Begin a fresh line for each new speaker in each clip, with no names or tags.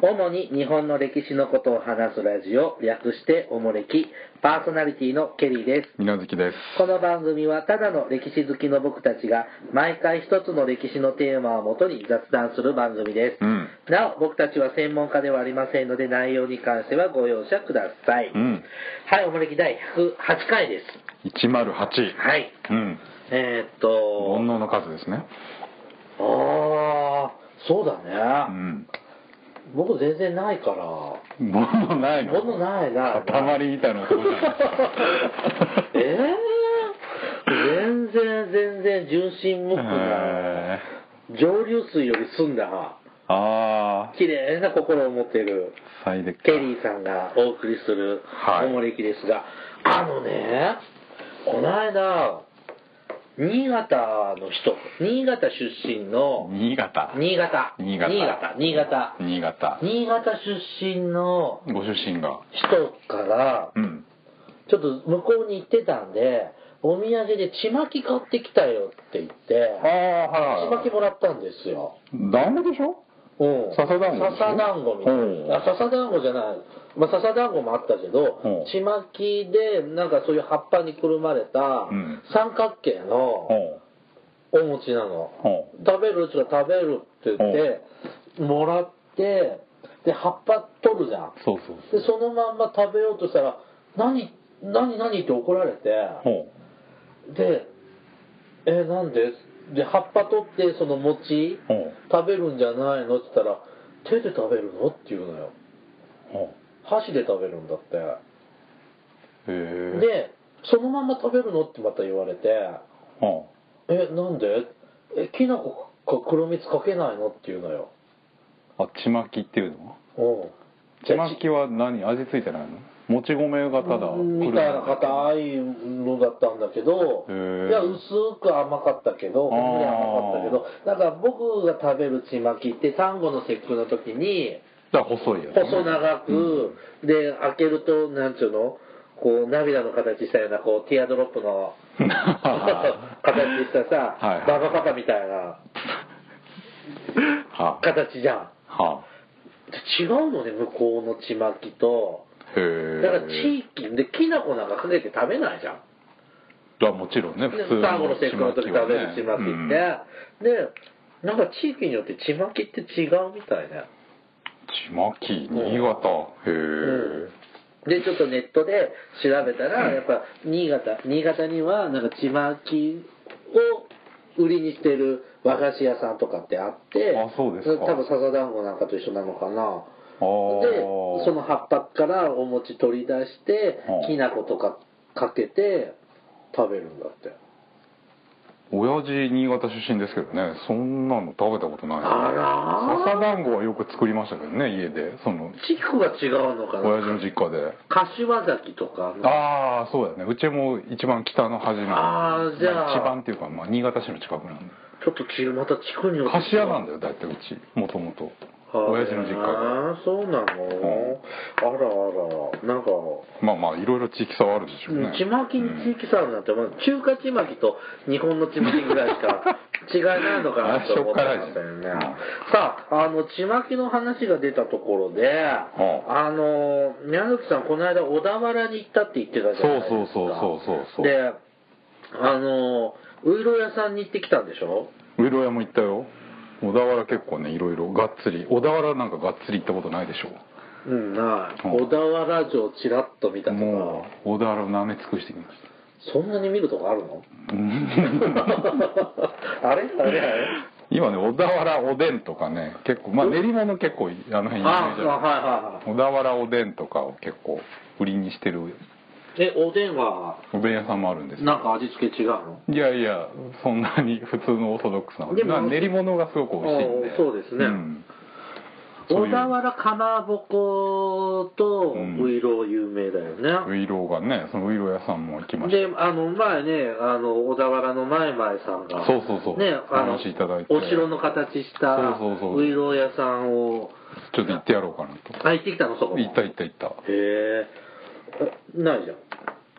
主に日本の歴史のことを話すラジオ、略しておもれき、パーソナリティのケリーです。
みなずきです。
この番組はただの歴史好きの僕たちが毎回一つの歴史のテーマをもとに雑談する番組です。
うん。
なお、僕たちは専門家ではありませんので内容に関してはご容赦ください。
うん。
はい、おもれき第108回です。
108。
はい。
うん。
えーっ
煩
と、
悩の数ですね。
ああ、そうだね。
うん。
僕全然ないから。
煩悩ないの
物ないな。
塊みたいな男じゃない
えー、全然全然純真無垢な
へ
上流水より澄んだ
ーあー
綺麗な心を持っている
最適
ケリーさんがお送りする
はい
おもれきですが、あのねこの間新潟の人新潟出身の
新潟。
新潟
新潟。
新潟新潟
新潟。
新潟出身の
ご出身が。
人から
うん。
ちょっと向こうに行ってたんで、お土産でちまき買ってきたよって言って
ああ、、はい
ちまきもらったんですよ。
ダメでしょ
うん。
笹団子でしょ
笹団子みたい
うん
な。あ、笹団子じゃない。まあ、笹団子もあったけど
うん、
ちまきで、なんかそういう葉っぱにくるまれた
うん
三角形の
ほ
お餅なの
う。。ほ
食べるうちが食べるって言って、もらって、で、葉っぱ取るじゃん
う。。そうそう。
で、そのまんま食べようとしたら、何、何、何って怒られて、
ほ
で、えーなんでで、葉っぱ取って、その餅
う。、ほう。
食べるんじゃないのって言ったら、手で食べるのって言うのよ。
ほ
箸で食べるんだって。
う。へえ。、
で、そのまま食べるのってまた言われて、
ほ
え、なんでえ、きな粉か黒蜜かけないのって言うのよ。
う。あ、ちまきっていうの
うん。
ちまきは何味付いてないのもち米がただ
うんみたいな硬いのだったんだけど、
へー
いや、薄く甘かったけど、
あー
ほんのり甘かったけど、だから僕が食べるちまきって、端午の節句の時に、
だから細いやつね、
細長く、で、開けると、なんちゅうの、こう、涙の形したような、こう、ティアドロップの 形したさ、
はい
バカバカみたいな
は
形じゃん。
あ、はあ、
違うのね、向こうのちまきと。
へ
だ
え
から地域で、きな粉なんかかけて食べないじゃん。
だもちろんね普通の
サーゴの節句の時食べるちまきって、
うん
でなんか地域によってちまきって違うみたいね
ちまき新潟、へえ、
でちょっとネットで調べたらやっぱ新潟新潟にはなんかちまきを売りにしてる和菓子屋さんとかってあって
あそうですか
多分笹団子なんかと一緒なのかな
あー
でその葉っぱからお餅取り出して
はあ
きな粉とかかけて食べるんだって
親父新潟出身ですけどねそんなの食べたことない
あらー
笹団子はよく作りましたけどね家でその
地区が違うのかな
親父の実家で
柏崎とかの
ああそうだよねうちも一番北の端の
あーじゃあ
一番っていうか、まあ、新潟市の近くなんで
ちょっと地また地区によ
菓子屋なん
だ
だよ大体うちもともと親父の実家
ああそうなの、あらあらなんか、
でまあまあいろいろ地域差はあるでしょうね
ちまきに地域差あるなんて、まあ中華ちまきと日本のちまきぐらいし か違いないのかなと思ってましたよね
あしょっぱいです
さああのちまきの話が出たところで、あの宮崎さんこの間小田原に行ったって言ってたじゃないですか
そうそうそうそうそうそう
であのういろ屋さんに行ってきたんでしょ
うん上野屋も行ったよ小田原結構ねいろいろがっつり小田原なんかがっつり行ったことないでしょ
うん、ない。
うん
小田原城ちらっと見たとか、
もう小田原を舐め尽くしてきまし
そんなに見るとこあるの
たうん
あれあれあれ
今ね小田原おでんとかね結構まあ練り物結構あの辺有名じ
ああ、はい
ゃ
はいは
ん小田原おでんとかを結構売りにしてる
い。え、おでんは、
おでん屋さんもあるんですよ
なんか味付け違うの
いやいやそんなに 普通のオーソドックスな
でも
まあ練り物がすごく美味しいん
お
で
ーそうですね
んそう
小
いう
田原かまぼこと、
うん
ういろう有名だよ
ウ
ね。
イローがねそのウイロー屋さんも行きまし
で、あの、前ね、あの、小田原の前々さん
た
が、
そうそうそう
ね、
お
あの、お
話しいただいて
城の形した、
そうそうそう
ういろう屋さんを、
ちょっと行ってやろうかなと
あ、行ってきたの、そこも。
行った行った行った
へえ。えないじゃん。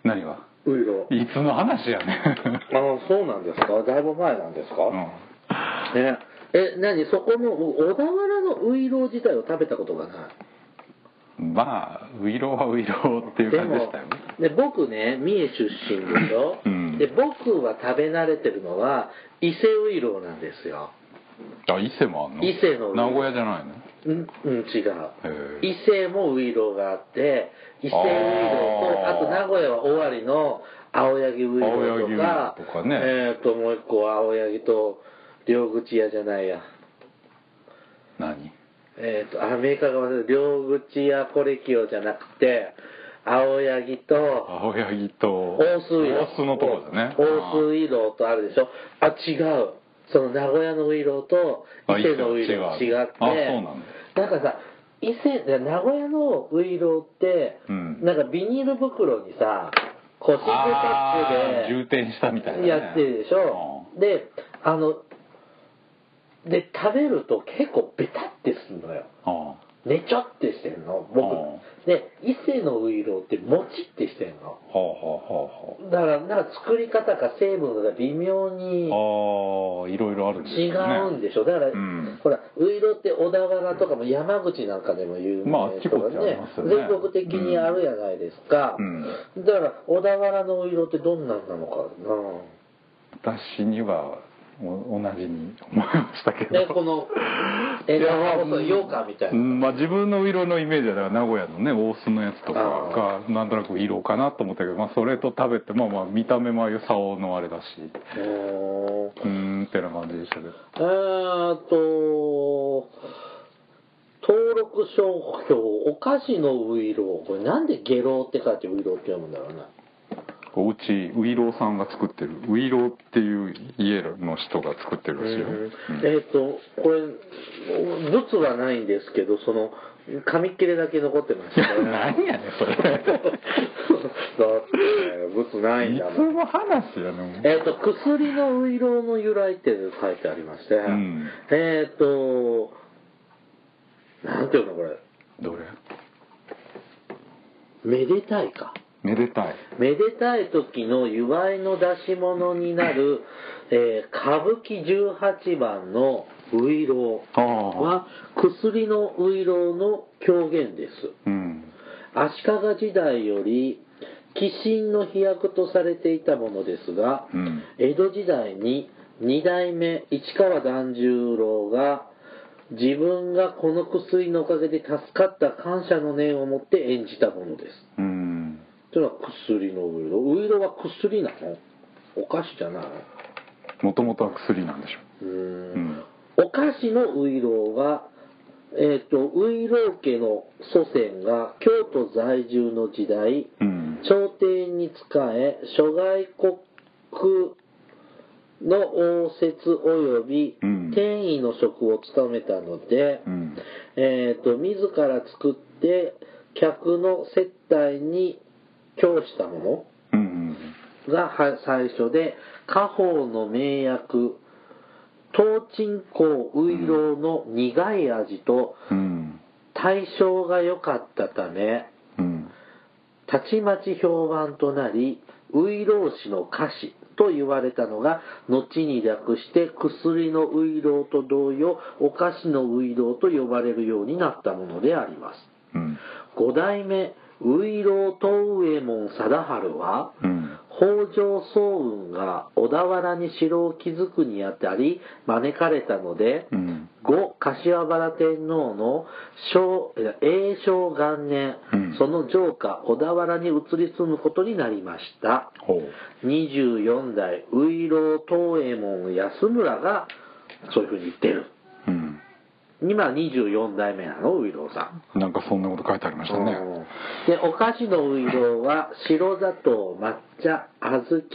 何が
ういろう。
いつの話やね
あそうなんですかだいぶ前なんですか、
うん
ね。え何そこの小田原のういろう自体を食べたことがない
まあウイローはウイローっていう
で
感じ
も
でしたよね
で僕ね三重出身でしょ、
うん
で僕は食べ慣れてるのは伊勢ういろうなんですよ
あ伊勢もあんの
伊勢の
名古屋じゃないの
うん、うん、違う
へえ
伊勢もういろうがあって伊勢ういろうと
あ
あ
ー
と名古屋は尾張の青柳ういろうとか
青柳ういろうとかね
えっ、ともう一個は青柳と両口屋じゃないや
何
えっ、とアメリカが忘れた両口屋コレキオじゃなくて青柳と
青柳と
大須井戸
大須のとこだね
大須井戸とあるでしょあ違うその名古屋のういろうと
あ
伊勢のういろう
伊勢
違
は違
っ
う
て
あそうなんだ
なんかさ伊勢いや名古屋のういろうって、
うん
なんかビニール袋にさこうシール
あー
タッ
充填したみたい
ク
な、ね、
でやってるでしょ、であので食べると結構ベタってすんのよ
うんあ
ねちょってしてんの僕
あ
で伊勢のういろうってもちってしてんの
ーはあはあはあはあ
だからなんか作り方か成分が微妙に
ああいろいろあるんです
違うんでしょだから、
うん
ほらういろって小田原とかも山口なんかでも有
まああ
名
っち
と
こ
か
っちあり
ね
ますよね
全国的にあるじゃないですか、
う
だから小田原のういろってどんなんなのかな
私にはお同じに思いましたけど
ねこのえ
いやま
な
あ
んかこそ羊羹みたいな
うんまあ、自分の色のイメージはだから名古屋のね大須のやつとか
あ
がなんとなく色かなと思ったけど、まあ、それと食べてまあまあ見た目も良さおのあれだし
うーん
うーんってな感じでしたけ
え
ど
ーっと登録商標お菓子のういろうこれなんでゲロって書いてういろうって読むんだろうな
こううちウイローさんが作ってるウイローっていう家の人が作ってるらしいよ、うん
えっ、とこれ物はないんですけどその紙切れだけ残ってまし
い
た
や何やねんそ れ
だって物ないん
い
だ
つ
もん
の話やねん
えっ、と薬のういろうの由来って書いてありまして、
ん
えっ、となんていうのこれ
どれ
めでたいか
めでたい
めでたい時の祝いの出し物になる、えー歌舞伎18番のういろう
ああ
は薬のういろうの狂言です
うん
足利時代より寄進の飛躍とされていたものですが、
うん
江戸時代に二代目市川團十郎が自分がこの薬のおかげで助かった感謝の念を持って演じたものです
うん
というのは薬のういろういろは薬なのお菓子じゃないの
もともとは薬なんでし
う
ょ
ーん
うん
お菓子のういろうは、えっ、と、ういろう家の祖先が京都在住の時代、
うん
朝廷に仕え、諸外国の応接及び
うん
天位の職を務めたので、
うん
えっ、と、自ら作って、客の接待に供したもの。
うん
がは最初で家宝の名薬東鎮香ウイロウの苦い味と
うん
対象が良かったため
うん
たちまち評判となりウイロウ氏の歌詞と言われたのが後に略して薬のウイロウと同様お菓子のウイロウと呼ばれるようになったものであります
うん
五代目ウイロウ東右衛門貞治は
うん
北条早雲が小田原に城を築くにあたり招かれたので、
うん
後柏原天皇の正いや永正元年、
うん
その城下小田原に移り住むことになりました
ほう
24代外郎東右衛門安村がそういうふうに言ってる
うん
今24代目なの外郎さん
なんかそんなこと書いてありましたね
でお菓子のういろうは白砂糖抹茶小豆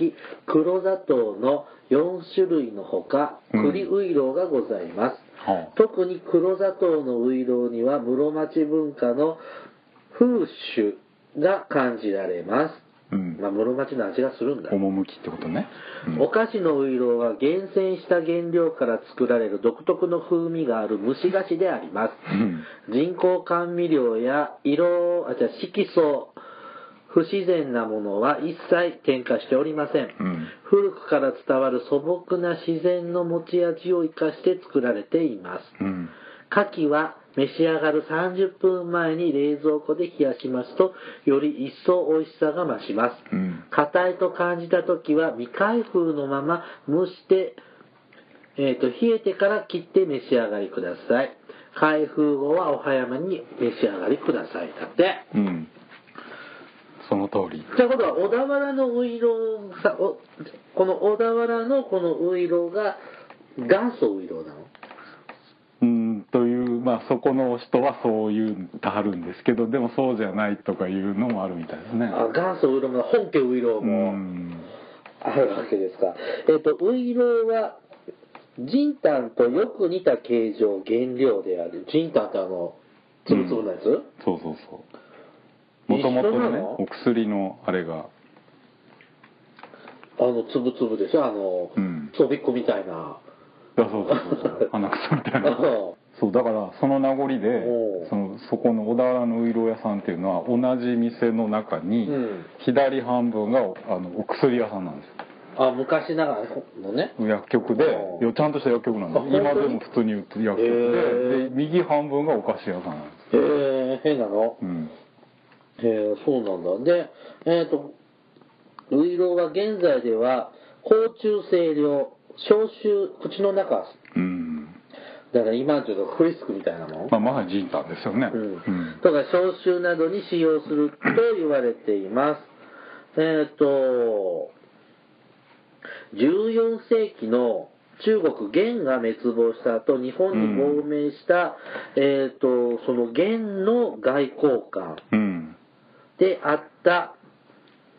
黒砂糖の4種類のほか
うん
栗ういろうがございます、
はあ
特に黒砂糖のういろうには室町文化の風習が感じられます、
うん
まあ、室町の味がするんだ
趣ってことねうん
お菓子のういろうは厳選した原料から作られる独特の風味がある蒸し菓子であります
うん
人工甘味料や色あじゃあ色素不自然なものは一切添加しておりません。
うん
古くから伝わる素朴な自然の持ち味を生かして作られています。
うん
牡蠣は召し上がる30分前に冷蔵庫で冷やしますと、より一層美味しさが増します。
うん
硬いと感じた時は未開封のまま蒸して、えー、と冷えてから切って召し上がりください開封後はお早めに召し上がりくださいだって
うんその通り
ということは小田原のういろうさおこの小田原のこのういろうが元祖ういろうなの
うんというまあそこの人はそう言うてはるんですけどでもそうじゃないとかいうのもあるみたいですね
あ元祖ういろうの本家ういろう
う
も
ん
あるわけですかえっ、とういろうはジンタンとよく似た形状原料であるジンタンってあのつぶつぶのやつ、
そうそうそうもともと
一緒な
ね
の
お薬のあれが
あの、つぶつぶでしょあの、
うん
飛びっこみたい な。
あそうそうそうそう鼻くそみたいな
うん
そうだからその名残で
おう
そのそこの小田原のういろう屋さんっていうのは同じ店の中に
うん
左半分があのお薬屋さんなんです
あ、昔ながらのね。
よ薬局で
おう
いやちゃんとした薬局なんで
あ
す
本当に
今でも普通に売ってる薬局で,、
へえ
で右半分がお菓子屋さんなんです
へえ、変なの。
うん
へえ、そうなんだ。で、えっ、と、ウイローは現在では、口中清涼、消臭、口の中、
うん
だから今ちょっとフリスクみたいなの。
まあ、まさにじんたんですよね、
うん
うん
とか消臭などに使用すると言われています。えっ、と、14世紀の中国元が滅亡した後、日本に亡命した、えっ、と、その元の外交官
うん
であった、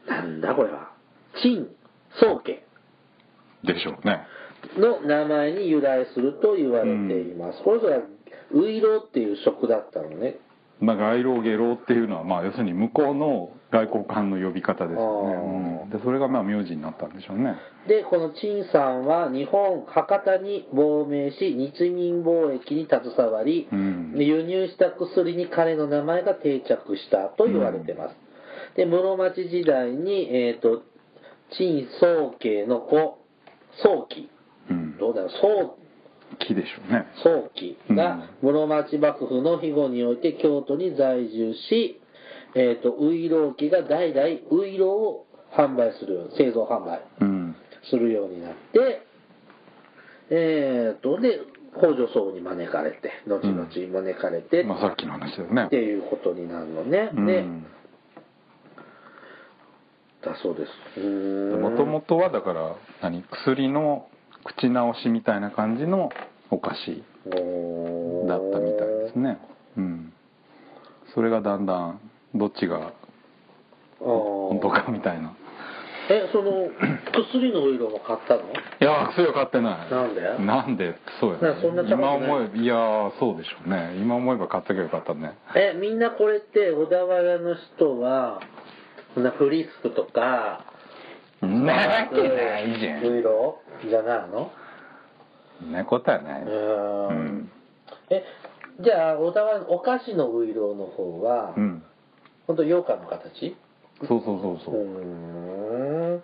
なんだこれは、陳宗家
でしょうね
の名前に由来すると言われています。これそれは、ウイロっていう職だったのね。
まあ、外労下労っていうのは、まあ、要するに向こうの外交官の呼び方ですよ
あ
ね
ー、
うんでそれがまあ名字になったんでしょうね
で、この陳さんは日本博多に亡命し、日民貿易に携わり、
うん
輸入した薬に彼の名前が定着したと言われてます。で、室町時代に、えっ、と、陳宗慶の子、宗貴、
うん
どうだろう、宗
木でしょうね
早期が室町幕府の庇護において京都に在住し、えー、とウイロー家が代々ウイローを販売するように製造販売
うん
するようになってえっ、とで北条僧に招かれて後々招かれて、
まあ、さっきの話だよね
っていうことになるのね、
う
で
ん
だそうですうーん
もともとはだから何薬の口直しみたいな感じのお菓子
おー
だったみたいですねうんそれがだんだんどっちが
あー
本当かみたいな
えその 薬のウイローも買ったの
いやー薬は買ってない
なんで
なんでそう
な
や、
んか
ね
そんな、高くない
今思えばいやーそうでしょうね今思えば買ってけばよかったね
えみんなこれって小田原の人はそんなフリスクとか
んなわけないじゃ
ウイローじゃないの
んなことはな
う
い
ーん
うん
えじゃあ小田原のお菓子のウイローの方は、
う
ほん、
ん
本当羊羹の形
そうそうそう
う
そう、
ーんへ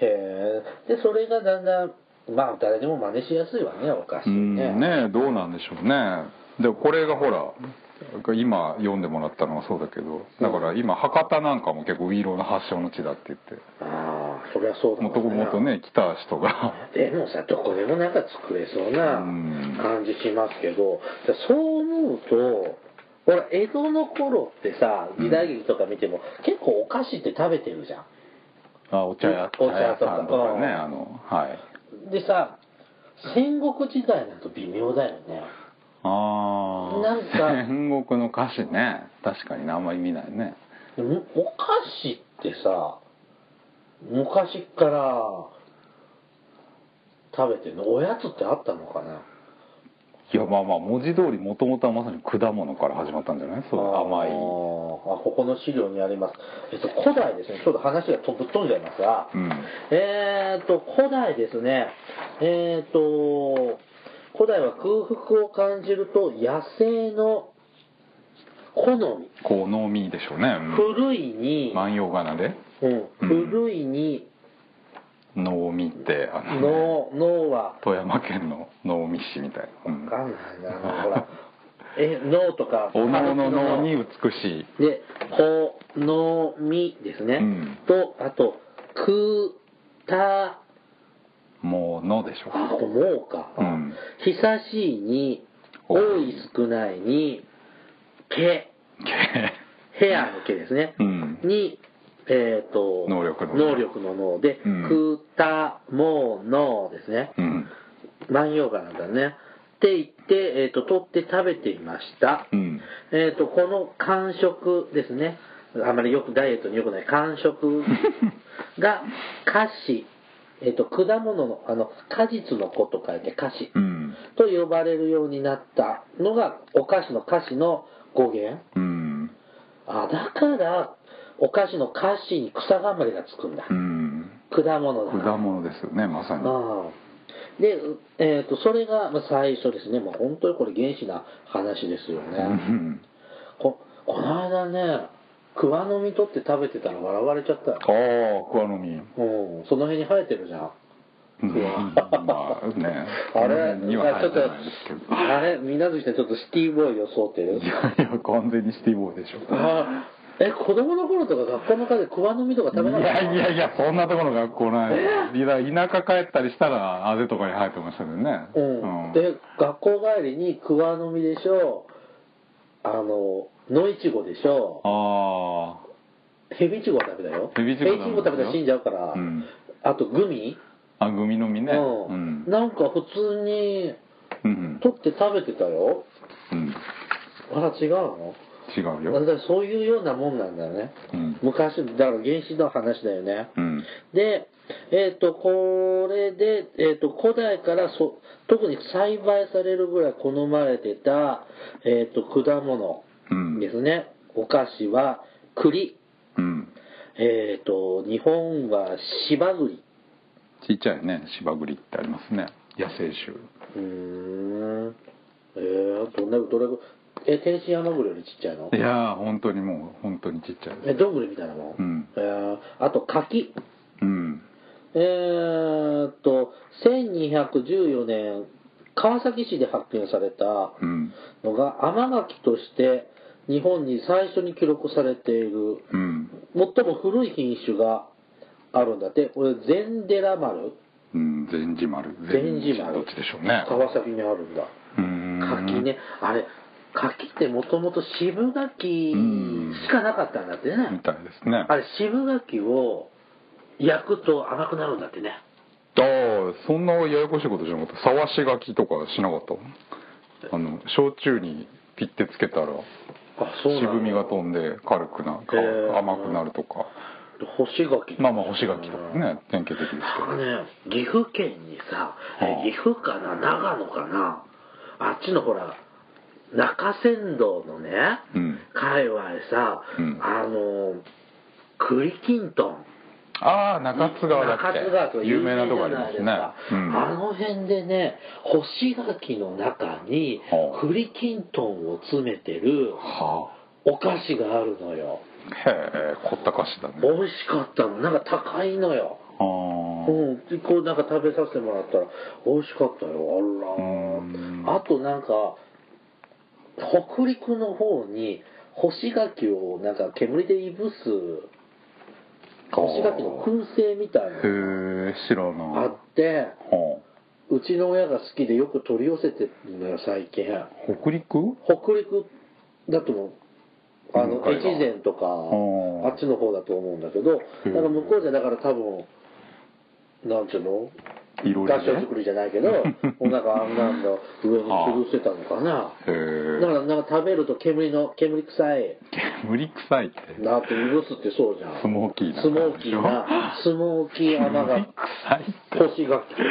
えでそれがだんだんまあ誰でも真似しやすいわねお菓子
うん
ね
ねえどうなんでしょうねでこれがほら今読んでもらったのはそうだけどだから今博多なんかも結構ウイローの発祥の地だって言って
ああそりゃそうだ
もともとね来た人が
でもさどこでもなんか作れそうな
うん
感じしますけど、じゃあそう思うとほら江戸の頃ってさ時代劇とか見ても、結構お菓子って食べてるじゃ
あお茶屋
お茶屋とか
さんとかね
うん
あのはい
んでさ戦国時代だと微妙だよね
ああ
なんか
戦国の歌詞ね確かにあんまり見ないね
でもお菓子ってさ昔から食べてるのおやつってあったのかない
やまあまあ文字通りもともとはまさに果物から始まったんじゃないそういう甘い
あーあここの資料にあります、えっと、古代ですねちょっと話が飛ぶ飛んじゃいますが、
うん
えっと古代ですねえっと古代は空腹を感じると野生の好み。
こう農民でしょうね、うん
古いに、
万葉仮名で
うん、
うん
古いに、
農民ってあのね、
の、のは、
富山県の能見市みたいな、うん
わかんないな、ほら。 え、のとか、
お能の能に美しい
で、ほのみですね。
うん
と、あと、くた、
もので しょ
あ、これもうか。
うん
久しいに、
お
多い少ないに、け、部屋のけですね。
うん
に、えっ、と、
能力の
能力の脳で、
うん
くた、も、のですね。
うん
万葉仮名だね。って言って、えっ、と、取って食べていました。
うん
えっ、と、この感触ですね。あまりよく、ダイエットに良くない感触が、菓子。えっ、と、果物の、あの、果実の子と書いて菓子
う。ん
と呼ばれるようになったのが、お菓子の菓子の語源。
うん
あ、だから、お菓子の菓子に草頑張りがつくんだ。
うん
果物だから。
果物ですよねまさに
ああで、うえっとそれがまあ最初ですね、もう本当にこれ原始な話ですよ
う
ね。
ん
ここの間ね、桑の実取って食べてたら笑われちゃったよ
あ。あ桑の実
うん、その辺に生えてるじゃん。
うん
うわ
まあね
あ
この
れ、
辺には
まあち
入
ょっ
ってないですけ
と、あれ、みんなとしてちょっとシティボーイを装ってる
どい。やいや完全にシティボーイでしょ
あえ、子供の頃とか学校の風で桑の実とか食べなかっ
い
た
やいやいやそんなところ学校ないいや田舎帰ったりしたらあぜとかに生えてましたけどね
うん、で学校帰りに桑の実でしょあの野いちごでしょ
あ
ヘビイチゴはダメだよ
ヘビイチ
ヘ
ゴ
ビイ
はダ
チ
メ
ゴ食べたら死んじゃうから、
あうん
あとグミ、
あグミの実ね
う
うんん
なんか普通に
うん
取って食べてたよ
うん
あら違うの
違う
だ
よ
からそういうようなもんなんだよね
うん
昔だから原始の話だよね
うん
でえっ、とこれで、えー、と古代からそ特に栽培されるぐらい好まれてた、えー、と果物
うん
ですね、お菓子は栗
うん
えっ、と日本は芝栗
ちっちゃいね芝栗ってありますね野生種
うーんえー、どんなどれぐえ天津山栗よりちっちゃいの
いやー本当にもう本当にちっちゃい
え
です
どんぐりみたいなもん、
うん
えーあと柿
うん
えー、っと1214年川崎市で発見された
うん
のが甘柿として日本に最初に記録されている
うん
最も古い品種があるんだってこれ禅寺丸
うん善治丸
禅寺丸
どっちでしょうね
川崎にあるんだ
うん
柿ねあれ柿ってもともと渋柿
うん
しかなかったんだってね、
みたいですね
あれ渋柿を焼くと甘くなるんだってね
ああそんなややこしいことじゃなかった沢し書きとかしなかったあの焼酎にピッてつけた
あ
ら渋みが飛んで軽くな
へー
甘くなるとか
干し柿
まあまあ干し柿とかね典型的です
あのね岐阜県にさえ岐阜かな長野かなあっちのほら中山道のね、
けどうん
界隈さ、
うん
あの栗きんとん
ああ中津川だっ
中津川とか
け有名なとこあります
有名じゃ
ね
ないです
う
か
ん
あの辺でね干し柿の中に
はあ
栗きんとんを詰めてる
は
お菓子があるのよ
あへえ凝った菓子だね
美味しかったのなんか高いのよ
あ
う
ー
ん、でこうなんか食べさせてもらったら美味しかったよ
うん
あらあとなんか北陸の方に干し柿をなんか煙でいぶす干し柿の燻製みたいなの
へえ知らない
があ
は
って
あ
うちの親が好きでよく取り寄せてるのよ最近
北陸
北陸だと思うあ
うん
の
海
越
岸
前とか
ん
あっちの方だと思うんだけど
うん
なんか向こうじゃだから多分なんていうの
いろいろ
合
ね
掌作りじゃないけど お腹あんなんの上に吊るしてたのかな
へ
だ
え
からなんか食べると煙の煙臭い
煙臭いって
なっていぶすってそうじゃん
スモーキーな
スモーキーなスモーキー甘が
煙臭いって
干し柿とか
へ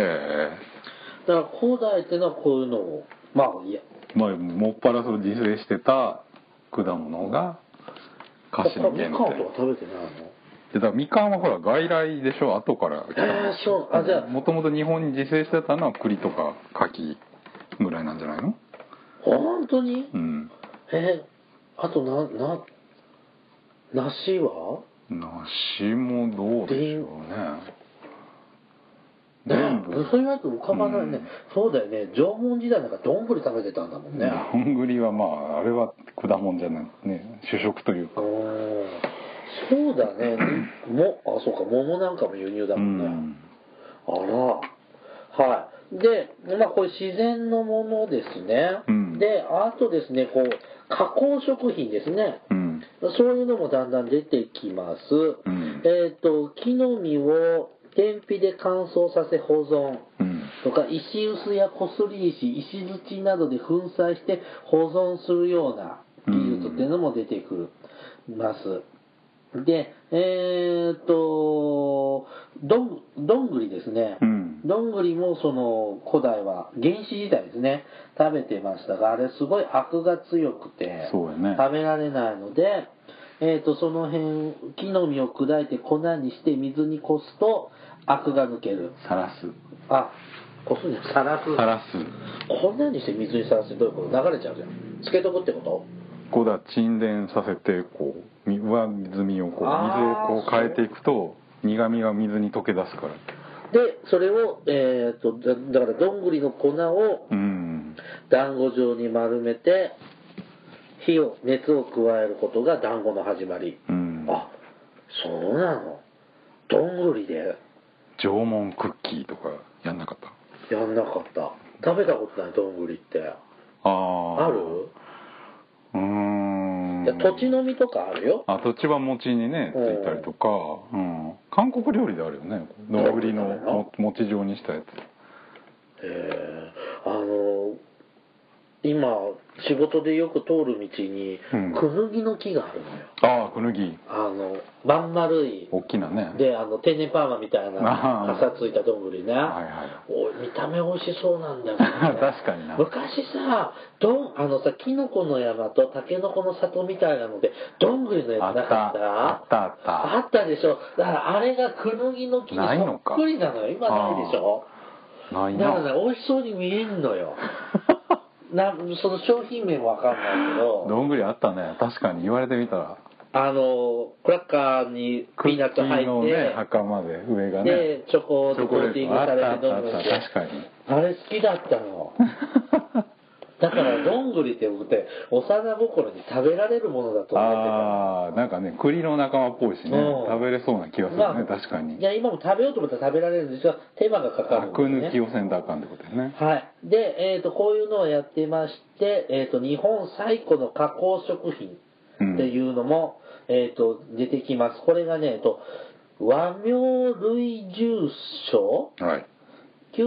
え
だから古代ってのはこういうのをまあいや
まあもっぱらその自生してた果物が菓子の原
みかんと
点
か食べてないの
でだからみかんはほら外来でしょ後から来た
えーそうあじゃあ
もともと日本に自生してたのは栗とか柿ぐらいなんじゃないの
本当に
うん
えあとなな梨は
梨もどうでしょうね
ね
全部
そう言われても浮かばないね、
うん
そうだよね縄文時代なんかどんぶり食べてたんだもんね、
どんぐりはまああれは果物じゃないね主食というか
おーそうだ ねもあそうか桃なんかも輸入だ
う
もんね、
ん
あらはいでまあこれ自然のものですね、
うん
であとですねこう加工食品ですね
うん
そういうのもだんだん出てきます、
うん
えっ、と木の実を天日で乾燥させ保存
うん
とか石臼やこすり石石槌などで粉砕して保存するような技術っていうのも出てくるます。でえっとどんどんぐりですね、
うん
どんぐりもその古代は原始時代ですね食べてましたがあれすごいアクが強くて
そうやね
食べられないので、えー、とその辺木の実を砕いて粉にして水にこすとアクが抜ける
さらす
あこすんじゃなくてさらす
さらす
こんなにして水にさらすってどういうこと流れちゃうじゃんつけとくってこと
こだ沈殿させてこう水は水身をこう水
あー
をこう変えていくと苦味が水に溶け出すから
でそれを、えー、とだだからどんぐりの粉を
うん
団子状に丸めて火を熱を加えることが団子の始まり
うん
あそうなのどんぐりで
縄文クッキーとかやんなかった
やんなかった食べたことないどんぐりって
ああ
ある
うーん
いや土地の実とかあるよ
あ土地は餅にねついたりとか、うん、韓国料理であるよねどんぐりのも餅状にしたやつ
えー、あの今仕事でよく通る道に
うん
クヌギの木があるのよ
ああくぬぎ
あのまん丸い
大きなね
であの天然パーマみたいな
あー
傘ついたどんぐりね
はいは
お見た目美味しそうなんだよ、ね
確かにな
昔さどんあのさキノコの山とタケノコの里みたいなのでどんぐりの
い
や
あっ
つなかった
たあったあった
あったでしょだからあれがクヌギの木に
ない
そ
の
っ
か
くりなのよ今ないでしょ
ない
だから
な
ね美味しそうに見えんのよなその商品名もわかんないけど
どんぐりあったね確かに言われてみたら
あのクラッカーに
ク
ピ
ッ
ーナッ
キ
ツ
ー
入
の
っ
ね
て
袴で上がね
でチョコ
チ
で
ョ
コ
コレ
ーティ
ー
ン
ト
グ
あっ
さ
たあ
れて
った
どん
あっ
ぐり
た確かに
あれ好きだったのだからどんぐりって僕って幼心に食べられるものだ と思ってた
ああなんかね栗の仲間っぽいしね
うん
食べれそうな気がするね、
まあ
確か
い
に
や今も食べようと思ったら食べられるんですが手間がかかる
ア
ん
ク
ですね
抜きをせんとあかんってことですね
はい。で、えっ、と、こういうのをやってまして、えっ、と、日本最古の加工食品っていうのも、えっ、と、出てきます。これがね、えっ、と、和名類重賞
はい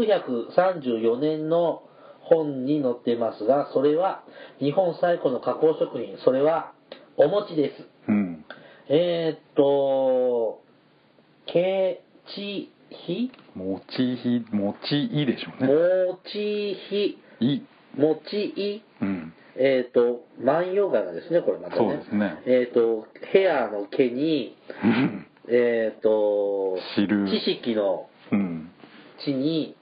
934年の本に載ってますが、それは、日本最古の加工食品、それは、お餅です。
うん
えっ、と、けちひ
もちひもちいでしょうね
もちひ
い
もちい
うん
えっ、と、万葉柄ですね、これまたね。
そうですね
えっ、と、ヘアの毛に、えっ、と、
知る
知識の
うん
地に、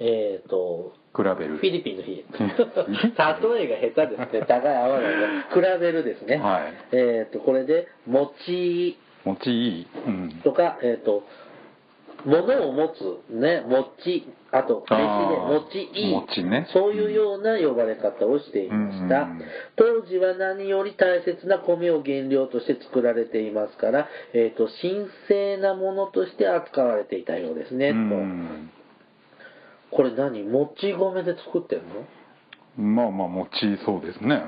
えっ、と、
比べ
フ
る
ィリピンの 日。例えが下手ですね。互い合わないで。比べるですね。
はい
えっ、と、これで、持ち
もちいいうん
とか、えっ、と、物を持つ、ね、持ち、あと、
あー
飯で持ちいい。
持ちね
そういうような呼ばれ方をしていました。
うんうんうん
当時は何より大切な米を原料として作られていますから、えっ、と、神聖なものとして扱われていたようですね、
うん
と。これ何もち米で作ってんの、
まあまあもちそうですね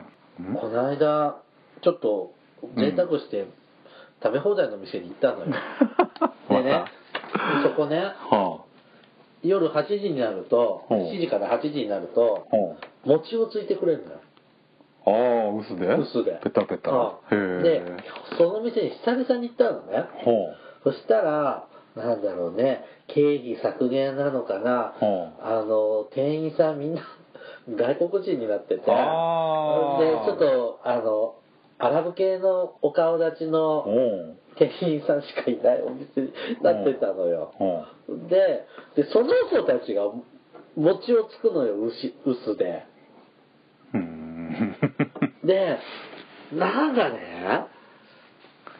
うん
この間、ちょっと贅沢して食べ放題の店に行ったのよ。でね
ま、
そこね、
たは
夜8時になると、
ほう
7時から8時になると
あ、は
餅をついてくれるのよ。
あああ薄で
薄で。
ペタペタ
うん
へ
で
え、
その店に久々に行ったのね。
ほ
そしたら、なんだろうね、経費削減なのかな、
ほう
あの、店員さんみんな 外国人になってて、で、ち
あー
ょっと、あの、アラブ系のお顔立ち
う
の
ほう
店員さんしかいないお店になってたのよ。
ほう
ででその子たちが餅をつくのよ薄薄で
うん
でなんかね、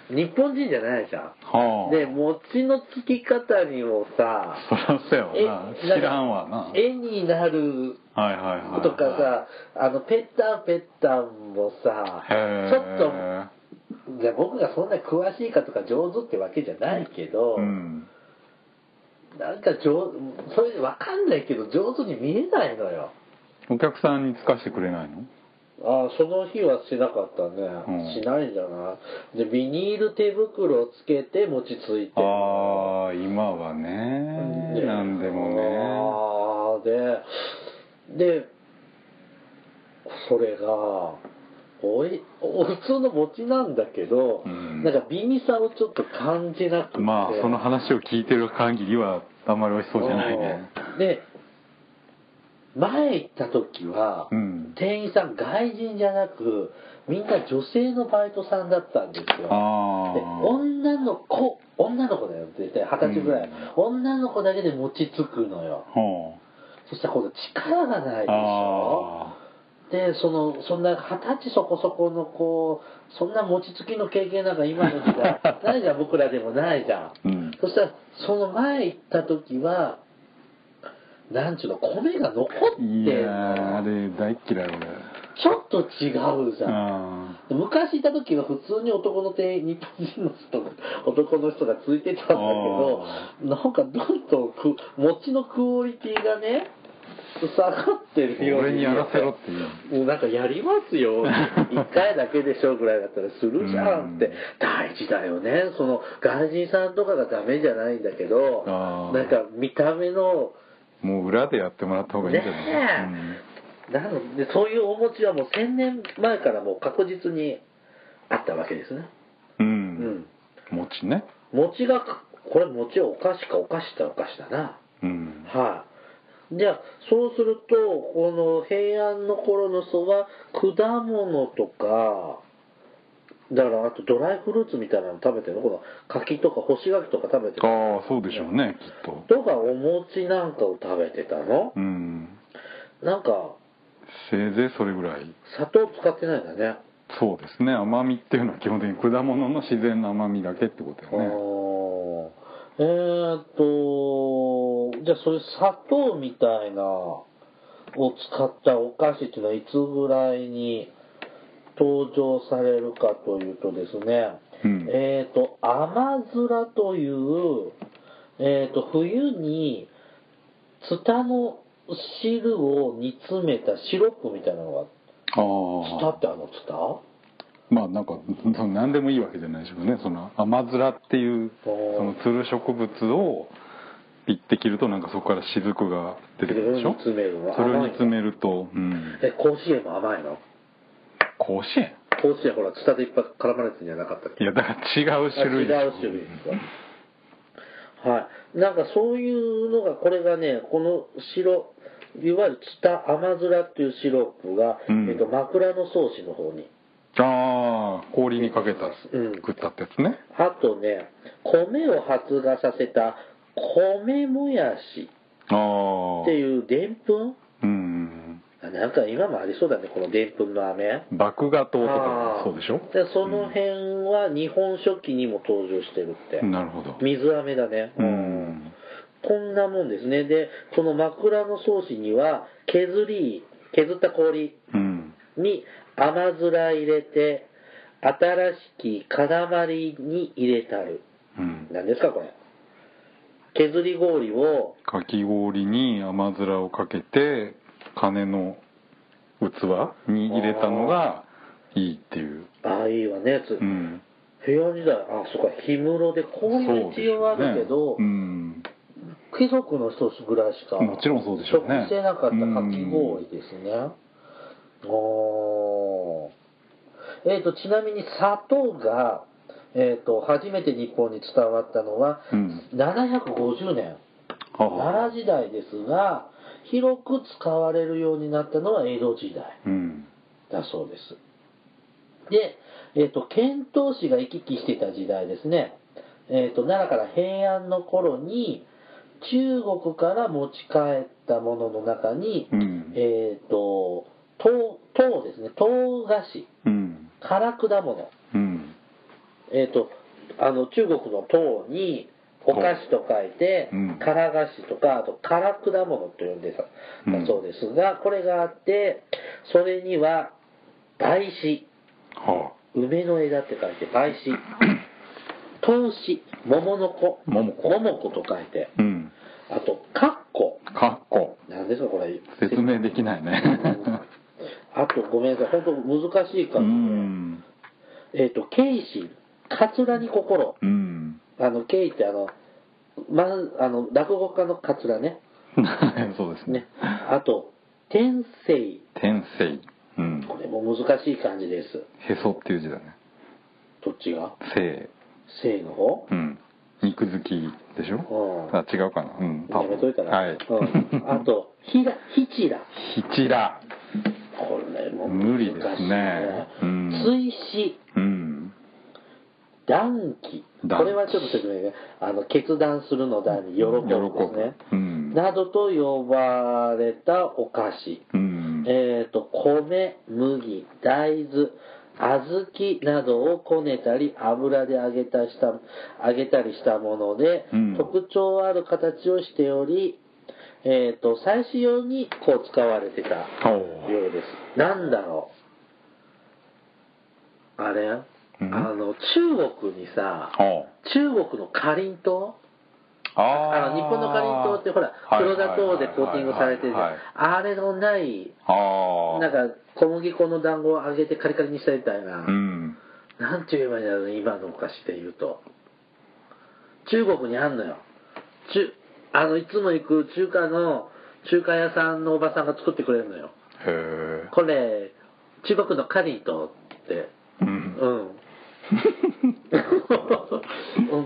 日本人じゃないじゃん。
はあ
で、餅のつき方にもさ、
そらそうやわな
え
知らんわな
絵になる
はいはいはいはい
とかさ、あの、ペッタンペッタンもさ、ち
へえ
ょっと、で僕がそんな詳しいかとか上手ってわけじゃないけど、
うん
なんか上、それわかんないけど上手に見えないのよ。
お客さんにつかしてくれないの
ああその日はしなかったね、
うん
しないんじゃないでビニール手袋をつけて餅ついて
ああ今はねなんでも
もねででそれがおいお普通の餅なんだけど、
うん
なんか微味さをちょっと感じなくて
ねまあその話を聞いてる限りはあんまり美味しそうじゃないね
うんで前行った時は、
うん
店員さん外人じゃなくみんな女性のバイトさんだったんですよ
あ
で
ー
女の子女の子だよ絶対二十歳ぐらい、女の子だけで餅つくのよ
ほう
そしたら今度力がないでしょ
あ
でそのそんな二十歳そこそこの子そんな餅つきの経験なんか今の時 代ないじゃん僕らでもないじゃん
ーうん
そしたらその前行った時はなんちゅうの米が残ってん
い
の
やーあ
よ
れ大っ嫌い俺
ちょっと違うじゃん
あ
昔いた時は普通に男の店員日本人の人が男の人がついてたんだけどなんかどんどんく餅のクオリティがね下がってるよう
俺にやらせろっていう
もうなんかやりますよ 一回だけでしょぐらいだったらするじゃんって
うん
大事だよねその外人さんとかがダメじゃないんだけど
あー
なんか見た目の
もう裏でやってもらった方がいいんじゃない、
ねなのでそういうお餅はもう1000年前からもう確実にあったわけですね
うん、
う
うん
ん
餅ね
餅がかこれ餅はお菓子かお菓子だお菓子だな
うん
はい、じゃあそうするとこの平安の頃の人は果物とかだからあとドライフルーツみたいなの食べてるのこの柿とか干し柿とか食べてる
ああそうでしょうねきっと
とかお餅なんかを食べてたの
うん
なんか
せいぜいそれぐらい
砂糖使ってないんだね
そうですね甘みっていうのは基本的に果物の自然な甘みだけってこと
あ
よね
ーえーっとじゃあそれ砂糖みたいなを使ったお菓子っていうのはいつぐらいに登場されるかというとですね、
うん
えーっと甘面という、えーっと冬にツタの汁を煮詰めたシロップみたいなのが
あ
ツタ
あ
ってあのツタ
まあなんかその何でもいいわけじゃないでしょうねその甘面っていう
あー
そのつる植物をピッて切るとなんかそこから雫が出てくるでしょ
それを煮詰めるの
それを煮詰めると、うん、
え甲子園も甘いの
甲子園
甲子園ほらツタでいっぱい絡まれてるんじゃなかったっけ
いやだから違う種類でし
あ
ょ
違う種類ですかはいなんかそういうのがこれがねこの白いわゆるツタ甘面っていうシロップが、
うん
えっと、枕草子の方に
ああ氷にかけた
うん
食ったってやつね、
あとね米を発芽させた米もやし
ああ
っていうでんぷん
うん
あなんか今もありそうだねこのでんぷんの飴
麦芽糖とかもそうでしょ
あーでその辺は日本書紀にも登場してるって、
なるほど
水飴だね
うん
こんなもんですね。で、この枕の草子には、削り、削った氷
うん
に甘面入れて、新しき塊に入れたる。
うん
何ですか、これ。削り氷を、
かき氷に甘面をかけて金の器に入れたのがいいっていう
ああ、いいわね、つ。
うん
平安時代、あ、そっか、氷室で氷は一応あるけど、
そうですねうん
貴族の人ぐらいしか
もちろんそうでしょうね
食してなかったかき氷ですねおーえー、とちなみに砂糖が、えー、と初めて日本に伝わったのは、
うん
750年
あ
奈良時代ですが広く使われるようになったのは江戸時代
うん
だそうです。で、えっ、と、遣唐使が行き来していた時代ですね。えっ、と、奈良から平安の頃に、中国から持ち帰ったものの中に、
うん
えっ、と、唐、唐ですね、唐菓子
うん
辛果物。
うん
えっ、と、あの、中国の唐に、お菓子と書いて
うん、
辛菓子とか、あと辛果物というんです、
うん
だそうですが、これがあって、それには、梅子、
は
梅の枝って書いて梅子、糖子、桃の子、
桃子
桃子と書いて、
あうん
あと、カッコ、
かっこ
なんですか、これ。
説明できないね
あと、ごめんなさい、本当難しいか
う
ら。
ん
えっ、と、ケイシ、カツラに心。
うん
あの、ケイってあの、まあの、落語家のカツラね。
そうですね
ね。あと、天聖。
天性うん
これも難しい漢字です。
へそっていう字だね
どっちが
性
聖の方
うん肉好きでしょ
うん
あ違うかなうん多
や
分
めといたら。
は
う
い
ん、あと、ひら、ひちら。
ひちら
これも
無理ですね
難しい
うん
追試、
うん
断気。
断気
これはちょっと説明が、あの、決断するの段に喜ぶですね。
喜ぶうん
などと呼ばれたお菓子。
うん
えっ、と、米、麦、大豆、小豆などをこねたり、油で揚げたした、揚げたりしたもので、
うん
特徴ある形をしており、えっ、と、祭祀用にこう使われてたよ
おー
うです。なんだろうあれ、
うん
あの、中国にさ、
おう
中国のかりんとうあ
あー
の日本のかりんとうってほら
はい
黒砂糖でコーティングされてるじ
はい
ゃ
は
ん
いは
あれ
い
のない
ああ
なんか小麦粉の団子を揚げてカリカリにしたみたいな、
うん
なんて言えばいいんだろうね今のお菓子で言うと中国にあんのよ中あのいつも行く中華の中華屋さんのおばさんが作ってくれるのよ
へえ
これ中国のカリンとってう
う
んん、う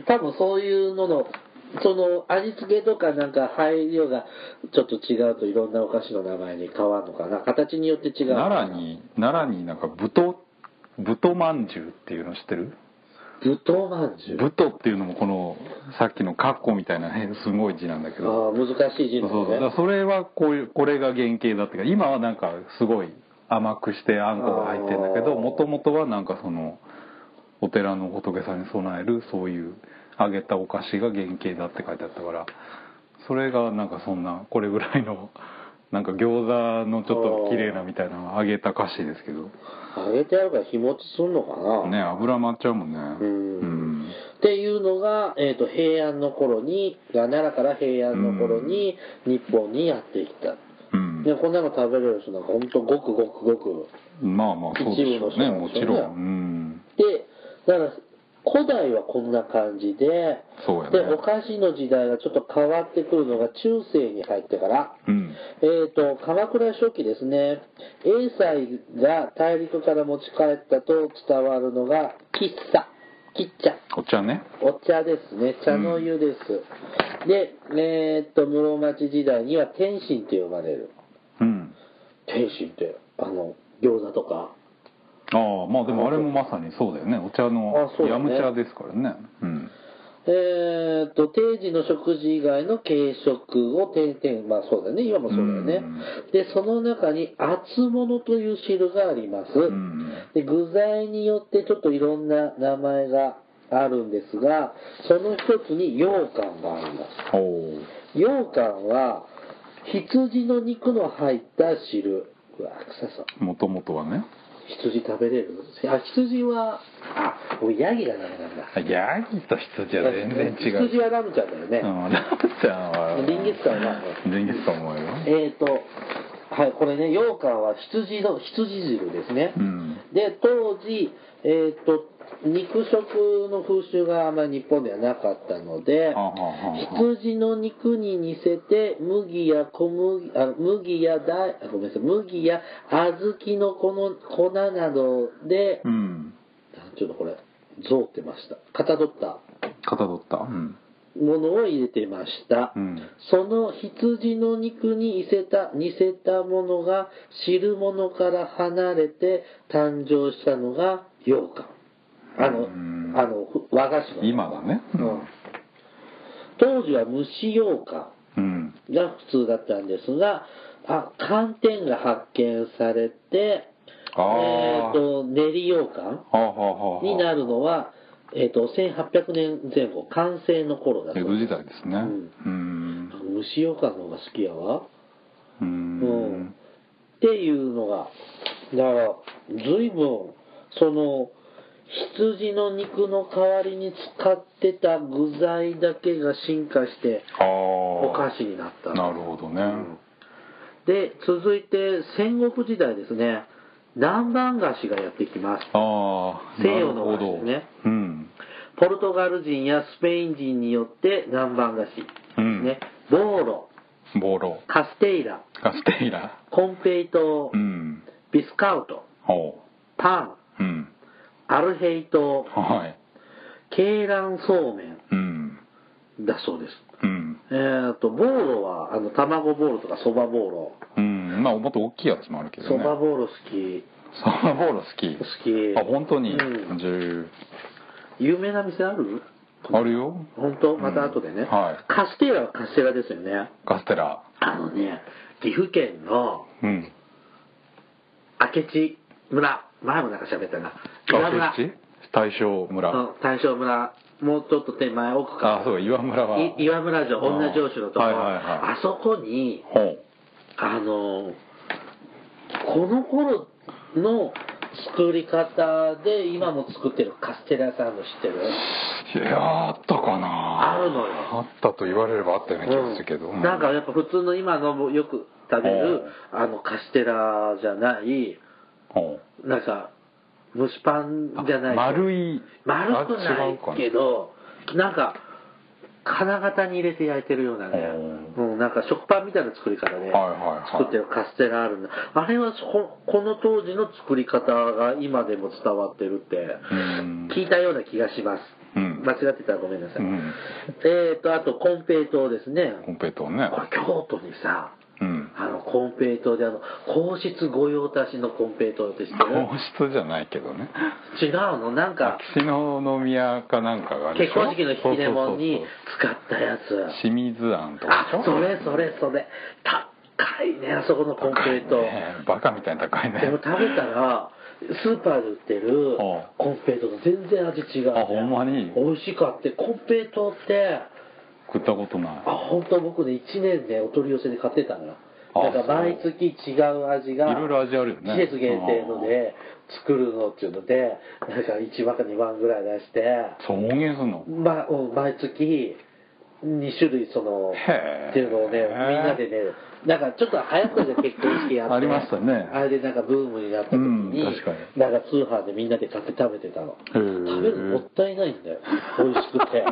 ん、多分そういうののその味付けとかなんか配慮がちょっと違うといろんなお菓子の名前に変わるのかな形によって 違うのかな
奈良に奈良になんかぶとぶとまんじゅうっていうの知ってる
ぶどうまんじゅう。
ぶとっていうのもこのさっきのカッコみたいなねすごい字なんだけ
あ
ど
あ、難しい字
そ
な
うそ
の
うだから
ね。
それはこういうこれが原型だっていうか今はなんかすごい甘くしてあんこが入ってるんだけ
あ
ど
ー
もともとはなんかそのお寺の仏さんに供えるそういう揚げたお菓子が原型だって書いてあったからそれがなんかそんなこれぐらいのなんか餃子のちょっと綺麗なみたいな揚げた菓子ですけど
揚げてあるから日持ちすんのかな。
ね油回っちゃうもんね
うん
うん
っていうのが、えっ、と、平安の頃に、奈良から平安の頃に、日本にやってきた。
うん
で、こんなの食べれる人なんか、ほんと、ごくごくごく。
まあまあそうでしょう
一
ね
部の
も
人なんでしょうね
ちろんうん
で、だから、古代はこんな感じで、
そうやね
で、お菓子の時代がちょっと変わってくるのが中世に入ってから、
うん
えー、と鎌倉初期ですね、英才が大陸から持ち帰ったと伝わるのが、喫茶、喫茶、
お茶ね
お茶ですね、茶の湯です。で、えー、と室町時代には天津って呼ばれる。
うん
天津って、あの、餃子とか、
ああまあでもあれもまさにそうだよねお茶の
あそうだ
ヤ
ね
ム茶ですからねうん
えー、と定時の食事以外の軽食を点々、まあそうだよね、今もそうだよね
うん。
で、その中に厚物という汁があります。
ん
で具材によってちょっといろんな名前があるんですが、その一つに羊羹がありま
おお
す。羊羹は羊の肉の入った汁。うわ、臭そう。
もともとはね
羊食べれるあ、羊は、あ、俺ヤギがダメなんだ。
ヤギと羊は全然違う
羊はラムちゃんだよね。
うんラムちゃんは
ジンギスカンは
ジンギスカンもよ
えーと、はい、これね、羊羹は羊の、羊汁ですね。
うん
で、当時、えーと、肉食の風習があまり日本ではなかったので
はあ、はあはあ
羊の肉に似せて、麦や小麦、あ麦や大、あごめんなさい、麦や小豆のこの粉などで、
うん
なんちゅうのこれ、象ってました。かたどった
かたどったうん
ものを入れてました。
うん
その羊の肉に似せた、似せたものが汁物から離れて誕生したのが羊羹。あの、
うん
あの、ふ和菓子の。
今だね
うん当時は蒸し羊羹
うん
が普通だったんですが、あ、寒天が発見されて、
ああ
えー、と練り羊羹
はあはあはあ
になるのは、えー、と1800年前後完成の頃だと
江戸時代ですねうん
蒸し羊羹の方が好きやわう
う
ん
ん
っていうのがだから随分その羊の肉の代わりに使ってた具材だけが進化して
ああ
お菓子になった
なるほどね、
うんで続いて戦国時代ですね南蛮菓子がやってきます
ああ
西洋の
なる
お
ほ
菓子
ど
ね
うん
ポルトガル人やスペイン人によって南蛮菓
う
子、
ん
ね、ボーロ
ボロ
カステイラ
カステイラ
コンペイト
うん
ビスカウト
ほ
パン
ううん
アルヘイト
はい
鶏卵そうめん
うん
だそうです
うん
えー、とボーロはあの卵ボーロとかそばボーロ
うんまあもっと大きいやつもあるけど
そ
ね
ばボーロ好き
そばボーロ好き
好き
あ本当に、
うん
十
有名な店ある
あるよ
本当
うん
また後でね、
はい
カステーラはカステラですよね
カステラ
あのね岐阜県の
うん
明智村前もなんか喋ったな岩村
あそっち大正村、
うん大正村もうちょっと手前奥か
あそう岩村はい
岩村城女城主のとこ、
はいはいはい
あそこに
ほう
あのこの頃の作り方で今も作ってるカステラ屋さんの知ってる
いやあったかな
あるのよ
あったと言われればあったような気がするけど、
うんなんかやっぱ普通の今のよく食べるあのカステラじゃない
ほ
なんか蒸しパン
う
じゃない
あ丸い
丸くな
あ違
いう
かな
けどなんか金型に入れて焼いてるようなね、
う
うん、なんか食パンみたいな作り方で
はいはいはい
作ってるカステラあるんだ、あれはここの当時の作り方が今でも伝わってるって
ん
聞いたような気がします、
うん
間違ってたらごめんなさい、
うん
えーとあとコンペイ島ですね
コンペイトーね
これ京都にさ
うん
あのコンペイ島であの皇室御用達のコンペイ島って知ってる
皇室じゃないけどね
違うのなんか
秋篠宮かなんかがあるでし
結
ょ
婚式の引き出物に
そうそう
使ったやつ
そうそう清水庵とかでし
あ
ょ
それそれそれ高いねあそこのコンペイ島
高いねバカみたいに高いね
でも食べたらスーパーで売ってる
はあ
コンペイトと全然味違う、ね、
あほんまに
美味しかってコンペイトって
食ったことない
あ本当僕ね1年でお取り寄せで買ってたのよ
あ
なんか毎月違う味が
いろいろ味あるよね
季節限定ので作るのっていうのでなんか1番か2番ぐらい出して、
そう音源すんの
ま、うん毎月2種類その
へー
っていうのをねみんなでねなんかちょっと流行ったじゃん結婚式やって
ありましたね
あれでなんかブームになった時に,、
うん確かに
なんか通販でみんなで買って食べてたの
へー
食べるのもったいないん だよ美味しくて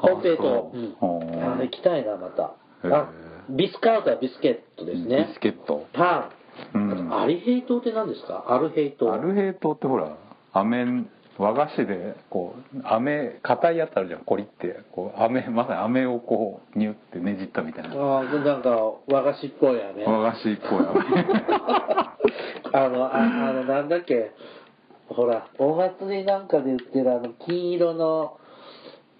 コンペイト
そう
うん
ほう
あ行きたいなまた
へー
あビスカウトはビスケットですね
ビスケット
パ
う
ン、
ん
アリヘイトって何ですかアルヘイト
アルヘイトってほら飴和菓子でこう飴硬いやつあるじゃんコリってこう飴まさに飴をこうニュってねじったみたいな
ああなんか和菓子っぽいやね
和菓子っぽい
あの、ああの、なんだっけ、ほら、お祭りなんかで売ってるあの、金色の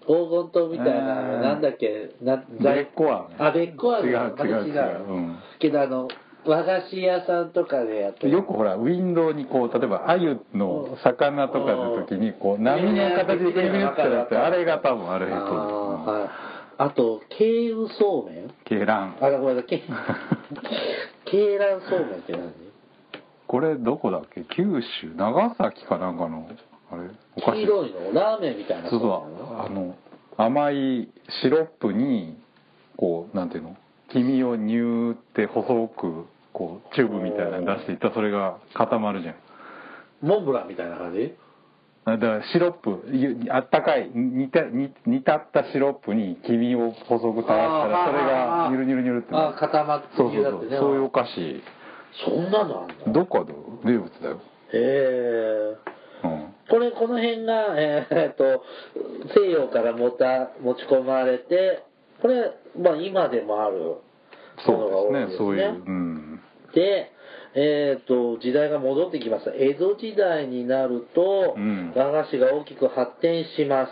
黄金塔みたいな、あの
うん
なんだっけ、な、
飴べっこ飴
あ、べっこ飴
違う
あれ
違う
違う
違ううん
けど、あの、和菓子屋さんとかでや ってる
よくほらウィンドウにこう例えば鮎の魚とかの時にこう波の形でビビってやってあれが多分アルヘイ
あー
トだ
はい。あと、慶雲そうめん
鶏卵
あ、ごめんな さい、け鶏卵そうめんって何
これどこだっけ九州長崎かなんかのあれお菓
黄
子
色いのラーメンみたいな
そう
めん
そうあの甘いシロップにこうなんていうの黄身をニューって細くこうチューブみたいなの出していったらそれが固まるじゃん
モンブランみたいな感じ
だからシロップゆあったかい煮た煮煮立ったシロップに黄身を細く垂らしたらそれがニュルニュルニュルって
あ
なる
ー固まって
そうそう
だ
そ
って
う
ね
そういうお菓子
そんなのあんだ
どっかの名物だよ、
え
うん、
ー、これこの辺が、えーえっと西洋から持た持ち込まれてこれ、まあ、今でもあるものが
そう
多い
で
です
す
ね
ねそういううん
でえー、と時代が戻ってきました江戸時代になると、
うん
和菓子が大きく発展します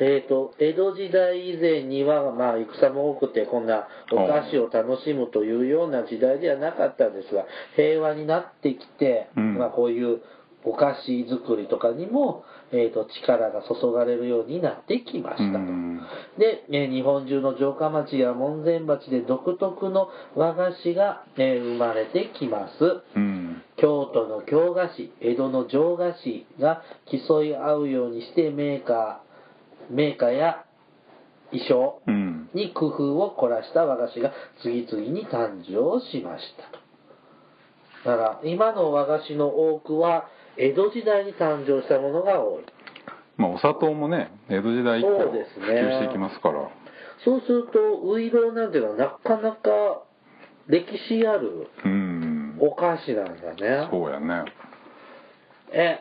えー、と江戸時代以前には、まあ、戦も多くてこんなお菓子を楽しむというような時代ではなかったんですが平和になってきて、
うん
まあ、こういうお菓子作りとかにも、えー、と力が注がれるようになってきましたと。
うん
で、えー日本中の城下町や門前町で独特の和菓子が、えー生まれてきます。
うん
京都の京菓子、江戸の上菓子が競い合うようにしてメーカー、メーカーや衣装
うん
に工夫を凝らした和菓子が次々に誕生しましたと。だから、今の和菓子の多くは、江戸時代に誕生したものが多い。
まあお砂糖もね江戸時代以降
そうです
普
ね
及していきますから
そうすると、ういろうなんていうのはなかなか歴史ある
うん
お菓子なんだね。
そうやね
え、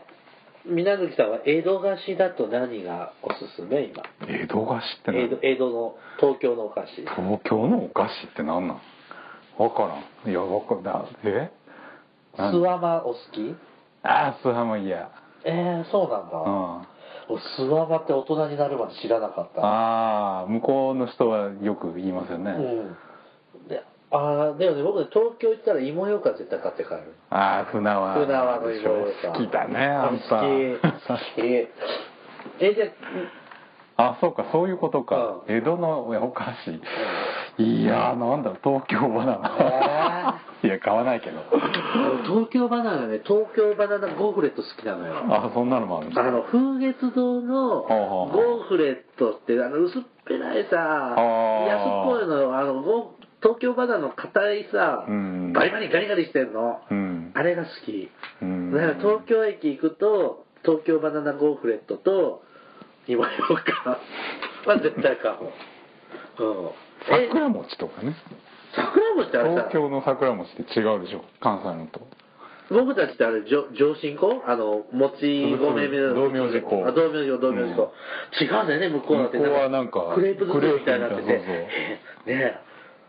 皆月さんは江戸菓子だと何がおすすめ今。
江戸菓子って
江
何
戸江戸の東京のお菓子。
東京のお菓子って何なんわからんいやわかんだえ
すわまお好き
ああスハマイヤ
えー、そうなんだ。
うん
俺、すわまって大人になるまで知らなかった。
ああ向こうの人はよく言いますよね、
うん。で、あーでもね、僕ね、東京行ったら芋ようかん絶対買って帰る。
ああ船和
船和の芋ようかん。
好きだねあん
好
た
き。好き。え、じゃ
あそうかそういうことか、
う
江戸のお菓子、いやーなんだ東京バナナ いや買わないけど
あ東京バナナね、東京バナナゴーフレット好きなのよ。
あそんなのもあるんです
あ
か
の、風月堂の
ほうほうほう
ゴーフレットって、あの、薄っぺらいさ、
ー
安っぽいのよ、あの、ゴー東京バナナの硬いさ、
うん
バリバリガリガリしてんの。
うん
あれが好き。
うん
だから東京駅行くと、東京バナナゴーフレットと、今よう かんは絶対買う。うん。え、
桜餅とかね
桜餅ってあれさ
東、京の桜餅って違うでしょ関西のと
僕たちってあれ、じょ上新粉あの、餅ごめみたいな。
道明寺粉
あ、道明寺粉、道明寺粉。違うんだよね、向こうだって。
向こうはなんか
クレープ作りみたいになってて。
クレープみたいな
えねえ。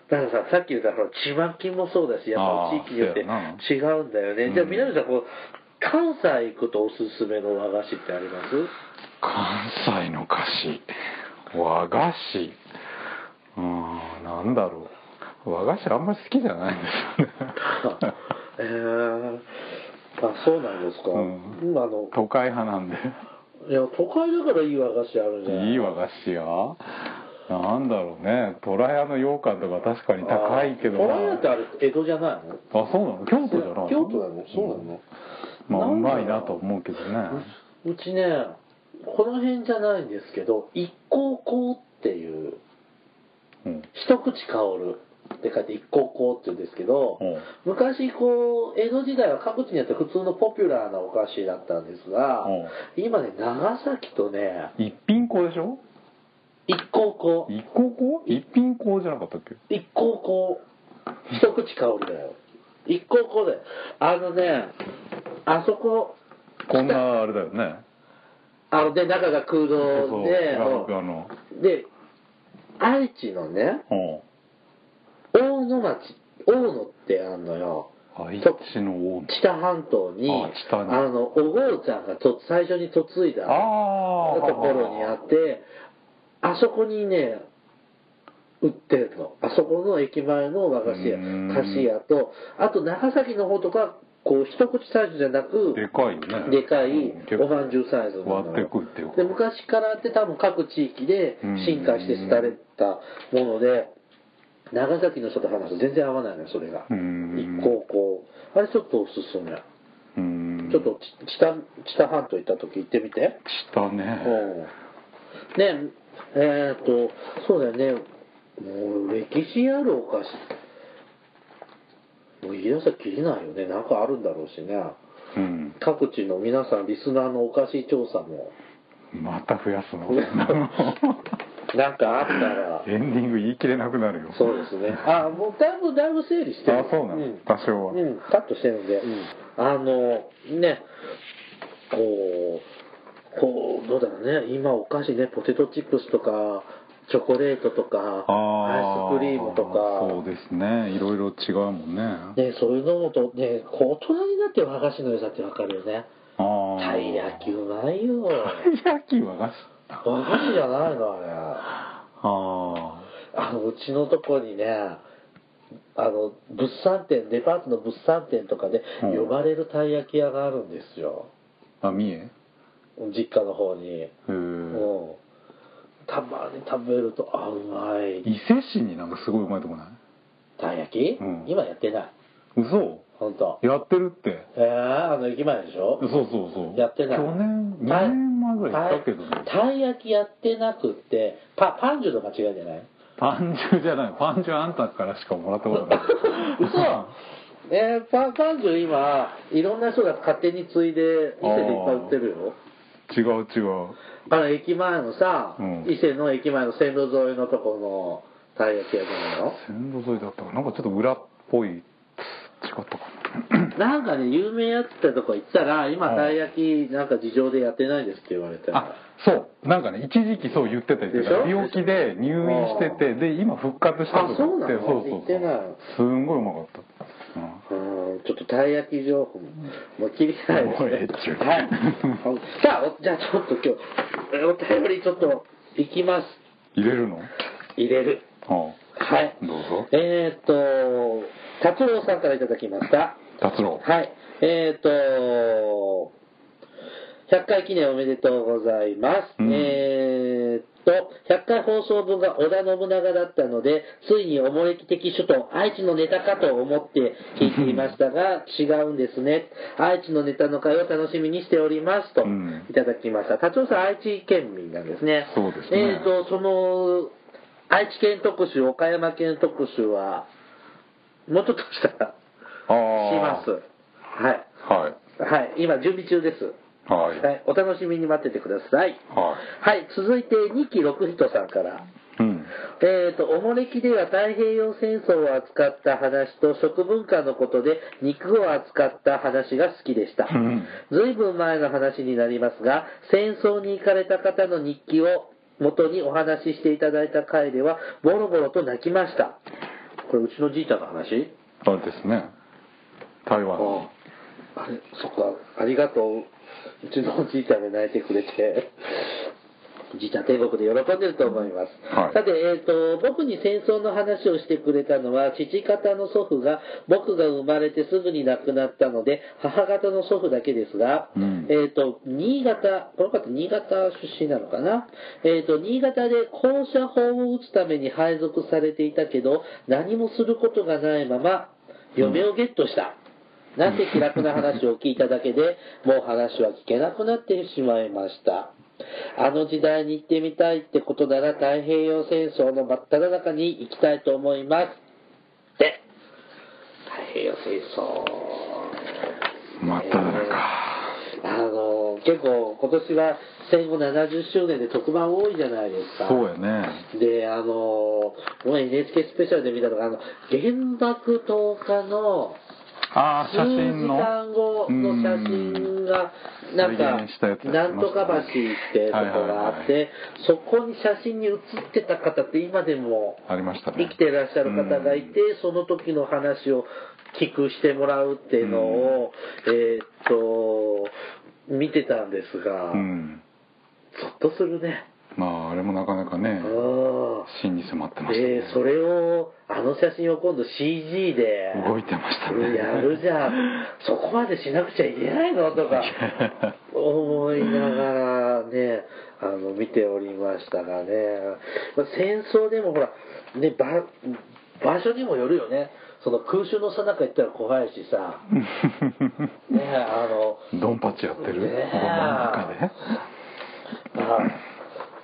だからさ、さっき言ったほら、ちまきもそうだし、やっぱ地域によって
あー
違うんだよ
う
ね。
ん
じゃあ、南さん、こう、関西行くとおすすめの和菓子ってあります
関西の菓子和菓子うーんなんだろう和菓子あんまり好きじゃないんですよね
えー、あ、そうなんですか。
うん
今あの、
都会派なんで
いや、都会だからいい和菓子あるじゃん。
いい和菓子屋なんだろうね虎屋の羊羹とか確かに高いけど
あー虎屋
な
ってあれ、江戸じゃないの
あそうなの京都じゃないの
京都なのそうなの、
まあう
なんだろ
まいなと思うけどね
うちねこの辺じゃないんですけど一向香っていう
うん
一口香るって書いて一向香って言うんですけど、
うん
昔こう江戸時代は各地にあって普通のポピュラーなお菓子だったんですが、
うん
今ね長崎とね
一品香でしょ
一向香
一香香一品香じゃなかったっけ
一向香一口香りだよ一向香だよあのねあそこ
こんなあれだよね
あので中が空
そう
洞
そう
で
ガクガクの
うんで愛知のね
うん
大野町大野ってあんのよ
愛知の王
知多半島に
あ知多に
あのお郷ちゃんがと最初に嫁いだ
ああ
ところにあってあそこにね売ってるのあそこの駅前の和菓子屋
うーん
菓子屋とあと長崎の方とかこう一口サイズじゃなく
でかいよね
でかい
うん結構
おまんじゅうサイズなのよ
割ってくっていうか
で昔からあって多分各地域で進化して廃れたもので長崎の人と話すと全然合わないのよそれが
うん
一向こうあれちょっとおすすめ
うん
ちょっとち知多知多半島行った時行ってみて
下
う
ね
んねえー、っとそうだよねもう歴史あるお菓子もう家康は切りないよねなんかあるんだろうしね
うん
各地の皆さんリスナーのお菓子調査も
また増やすの
なんかあったら
エンディング言い切れなくなるよ
そうですねあもうだいぶだいぶ整理してる
あそうなの
ん
多少は
うんカットしてるんで、あのねこうこうどうだろうね今お菓子ねポテトチップスとかチョコレートとか
あ
アイスクリームと
そう
か
ですねいろいろ違うもんね
ね、そういうのとねこう大人になって和菓子の良さってわかるよね
ああ
たい焼きうまいよ
たい焼き和菓子
和菓子じゃないのあ
あ
れあのうちのとこにねあの物産展デパートの物産展とかで
うん
呼ばれるたい焼き屋があるんですよ、
ーあ三重へ
実家の方に、
え
うんたまに食べるとあうまい
伊勢市になんかすごいうまいとこない
たい焼き、
うん
今やってない
嘘
本当。
やってるって
えー、あの駅前でしょ
そうそうそう
やってない
去年2年前ぐらい行ったけどね
たたい焼きやってなくってパパンジュの間違いじゃない
パンジュじゃないパンジュあんたからしかもらったことない
嘘えー、パパンジュ今いろんな人が勝手に継いで店でいっぱい売ってるよ
違う違う
あの駅前のさ、
うん
伊勢の駅前の線路沿いのとこのたい焼き屋じゃないの
線路沿いだったかななんかちょっと裏っぽい違ったか
なんかね有名やってたとこ行ったら今
うん
たい焼きなんか事情でやってないですって言われて
なあそうなんかね一時期そう言ってた言って
で
た
しょ
病気で入院しててで今復活したとか
あそうなの
そうそうそう
言ってない
すんごいうまかった、うん
うーんちょっとたい焼き情報ももう切りないです
もうええ
ね
っちゅう
はい、じゃあおじゃあちょっと今日えお便りちょっといきます
入れるのあ
入れる
あ
はい
どうぞ
えーっと達郎さんからいただきました
達郎
はいえーっと100回記念おめでとうございます、
うん
えーっと100回放送分が織田信長だったのでついにおもれき的首都愛知のネタかと思って聞いていましたが違うんですね愛知のネタの会を楽しみにしておりますと
うん
いただきました達夫さん愛知県民なんですね
そうですね
えーっとその愛知県特集岡山県特集はもうちょっとしたら
あ
しま
あ
すはい
は
はい、今準備中です。
いはい
はい、お楽しみに待っててください。
は
はい、続いて2期6人さんから。
いうん
えー、と、おもれきでは太平洋戦争を扱った話と食文化のことで肉を扱った話が好きでした。
うん
ずいぶん前の話になりますが、戦争に行かれた方の日記を元にお話ししていただいた回では、ボロボロと泣きました。これ、うちのじいちゃんの話
あれですね台湾
ああれそっかありがとううちのおじいちゃんが泣いてくれてじいちゃん天国で喜んでると思います、
はい
さて、えー、と僕に戦争の話をしてくれたのは父方の祖父が僕が生まれてすぐに亡くなったので母方の祖父だけですが、
うん
えー、と新潟この方新潟出身なのかな、えー、と新潟で高射砲を撃つために配属されていたけど何もすることがないまま嫁をゲットした、なんて気楽な話を聞いただけで、もう話は聞けなくなってしまいました。あの時代に行ってみたいってことなら太平洋戦争の真っ只中に行きたいと思います。で、太平洋戦争。
まただか
えーあの、結構今年は戦後70周年で特番多いじゃないですか。
そうやね
で、あの、もう NHK スペシャルで見たのが、あの、原爆投下の、
ああ写真の
数時間後の写真が
うん
なんか
再現したやつ
なんとか橋ってとこがあっ
はいはいはい
てそこに写真に写ってた方って今でも
ありましたね
生きてらっしゃる方がいてその時の話を聞くしてもらうっていうのをえーっと見てたんですが
うん、うん
ゾッとするね
まああれもなかなかね
うん
真に迫ってましたね、
でそれをあの写真を今度 CG で
動いてましたね
やるじゃんそこまでしなくちゃいけないのとか思いながらねあの見ておりましたがねまあ戦争でもほらねば場所にもよるよねその空襲の最中行ったら怖いしさねあの
ドンパチやってる、
ねえ
この中で
まあ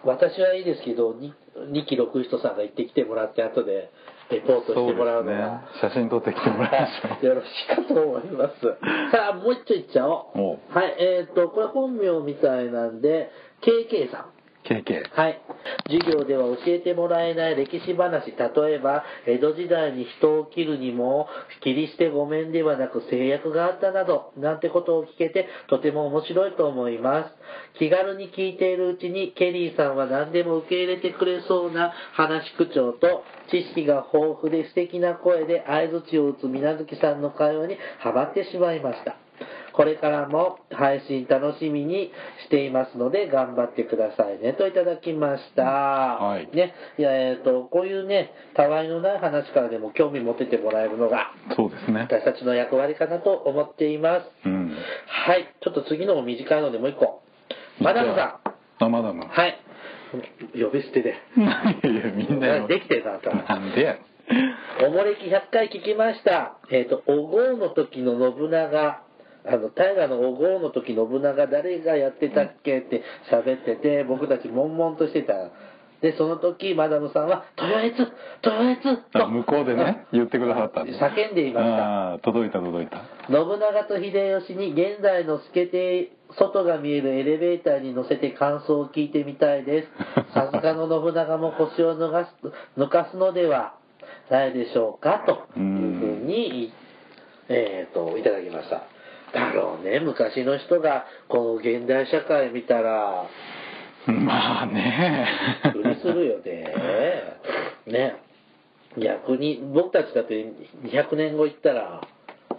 私はいいですけどに2期6人さんが行ってきてもらって後でレポートしてもらうのが
そうですね写真撮ってきてもらいましょう
よろしいかと思います。さあ、もう一丁いっちゃおう。
おう
はい、えっ、と、これ本名みたいなんで、KK さん。
KK
はい。授業では教えてもらえない歴史話、例えば、江戸時代に人を切るにも、切りしてごめんではなく制約があったなど、なんてことを聞けて、とても面白いと思います。気軽に聞いているうちに、ケリーさんは何でも受け入れてくれそうな話し口調と、知識が豊富で素敵な声で相槌を打つ水無月さんの会話にハマってしまいました。これからも配信楽しみにしていますので、頑張ってくださいね、といただきました。
はい
ね、いや、えっ、と、こういうね、たわいのない話からでも興味持ててもらえるのが、
そうですね
私たちの役割かなと思っています。
うん
はい、ちょっと次のも短いのでもう一個。マダムさ
んあマダム
ん。はい。呼び捨てで。
いやいやみんなよ
できてたんだ
なんでや
おもれき100回聞きました。えっ、と、お号の時の信長、あの、大河のお号の時信長誰がやってたっけって喋ってて、僕たち悶々としてた。で、その時、マダムさんは、豊悦豊悦
あ向こうでね言ってくださったん
叫んでいました。
ああ届いた届いた
信長と秀吉に現在の透けて外が見えるエレベーターに乗せて感想を聞いてみたいです。さすがの信長も腰を抜かす抜かすのではないでしょうかというふうに、えー、といただきました。だろうね、昔の人がこの現代社会見たら、
まあね
気にするよ ね。ね。逆に、僕たちだって200年後行ったら、
ああ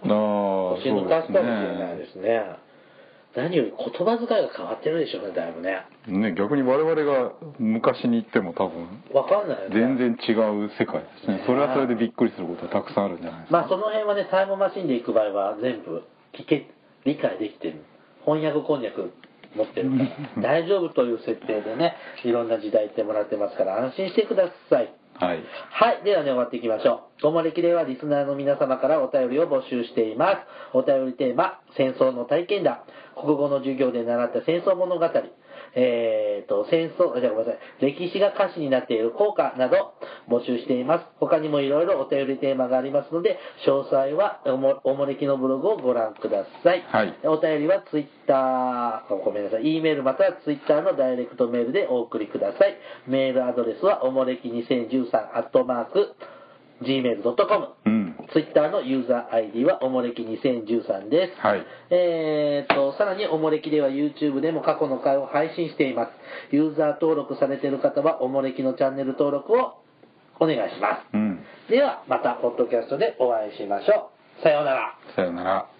腰抜かすかもしれないですね。何より言葉遣いが変わってるでしょうね、だいぶね。
ね逆に我々が昔に行っても多分
わかんないよね。
全。然違う世界ですねそれはそれでびっくりすることはたくさんあるんじゃないですか、
まあその辺はね、タイムマシンで行く場合は全部聞け、理解できてる。翻訳こんにゃく持ってる から、大丈夫という設定でね、いろんな時代行ってもらってますから安心してください。
はい
はい。ではね、終わっていきましょう。ごもれきではリスナーの皆様からお便りを募集しています。お便りテーマ、戦争の体験談、国語の授業で習った戦争物語、えーと、戦争、あじゃあごめんなさい、歴史が歌詞になっている効果など募集しています。他にもいろいろお便りテーマがありますので、詳細はおもおもれきのブログをご覧ください。
はい
お便りはツイッター、ごめんなさい、E メールまたはツイッターのダイレクトメールでお送りください。メールアドレスはおもれき2013アットマーク gmail.com。
うん
ツイッターのユーザー ID はおもれき2013です。
はい
えー、と、さらにおもれきでは YouTube でも過去の回を配信しています。ユーザー登録されている方はおもれきのチャンネル登録をお願いしま
うん
す。では、またポッドキャストでお会いしましょう。さようなら。
さよなら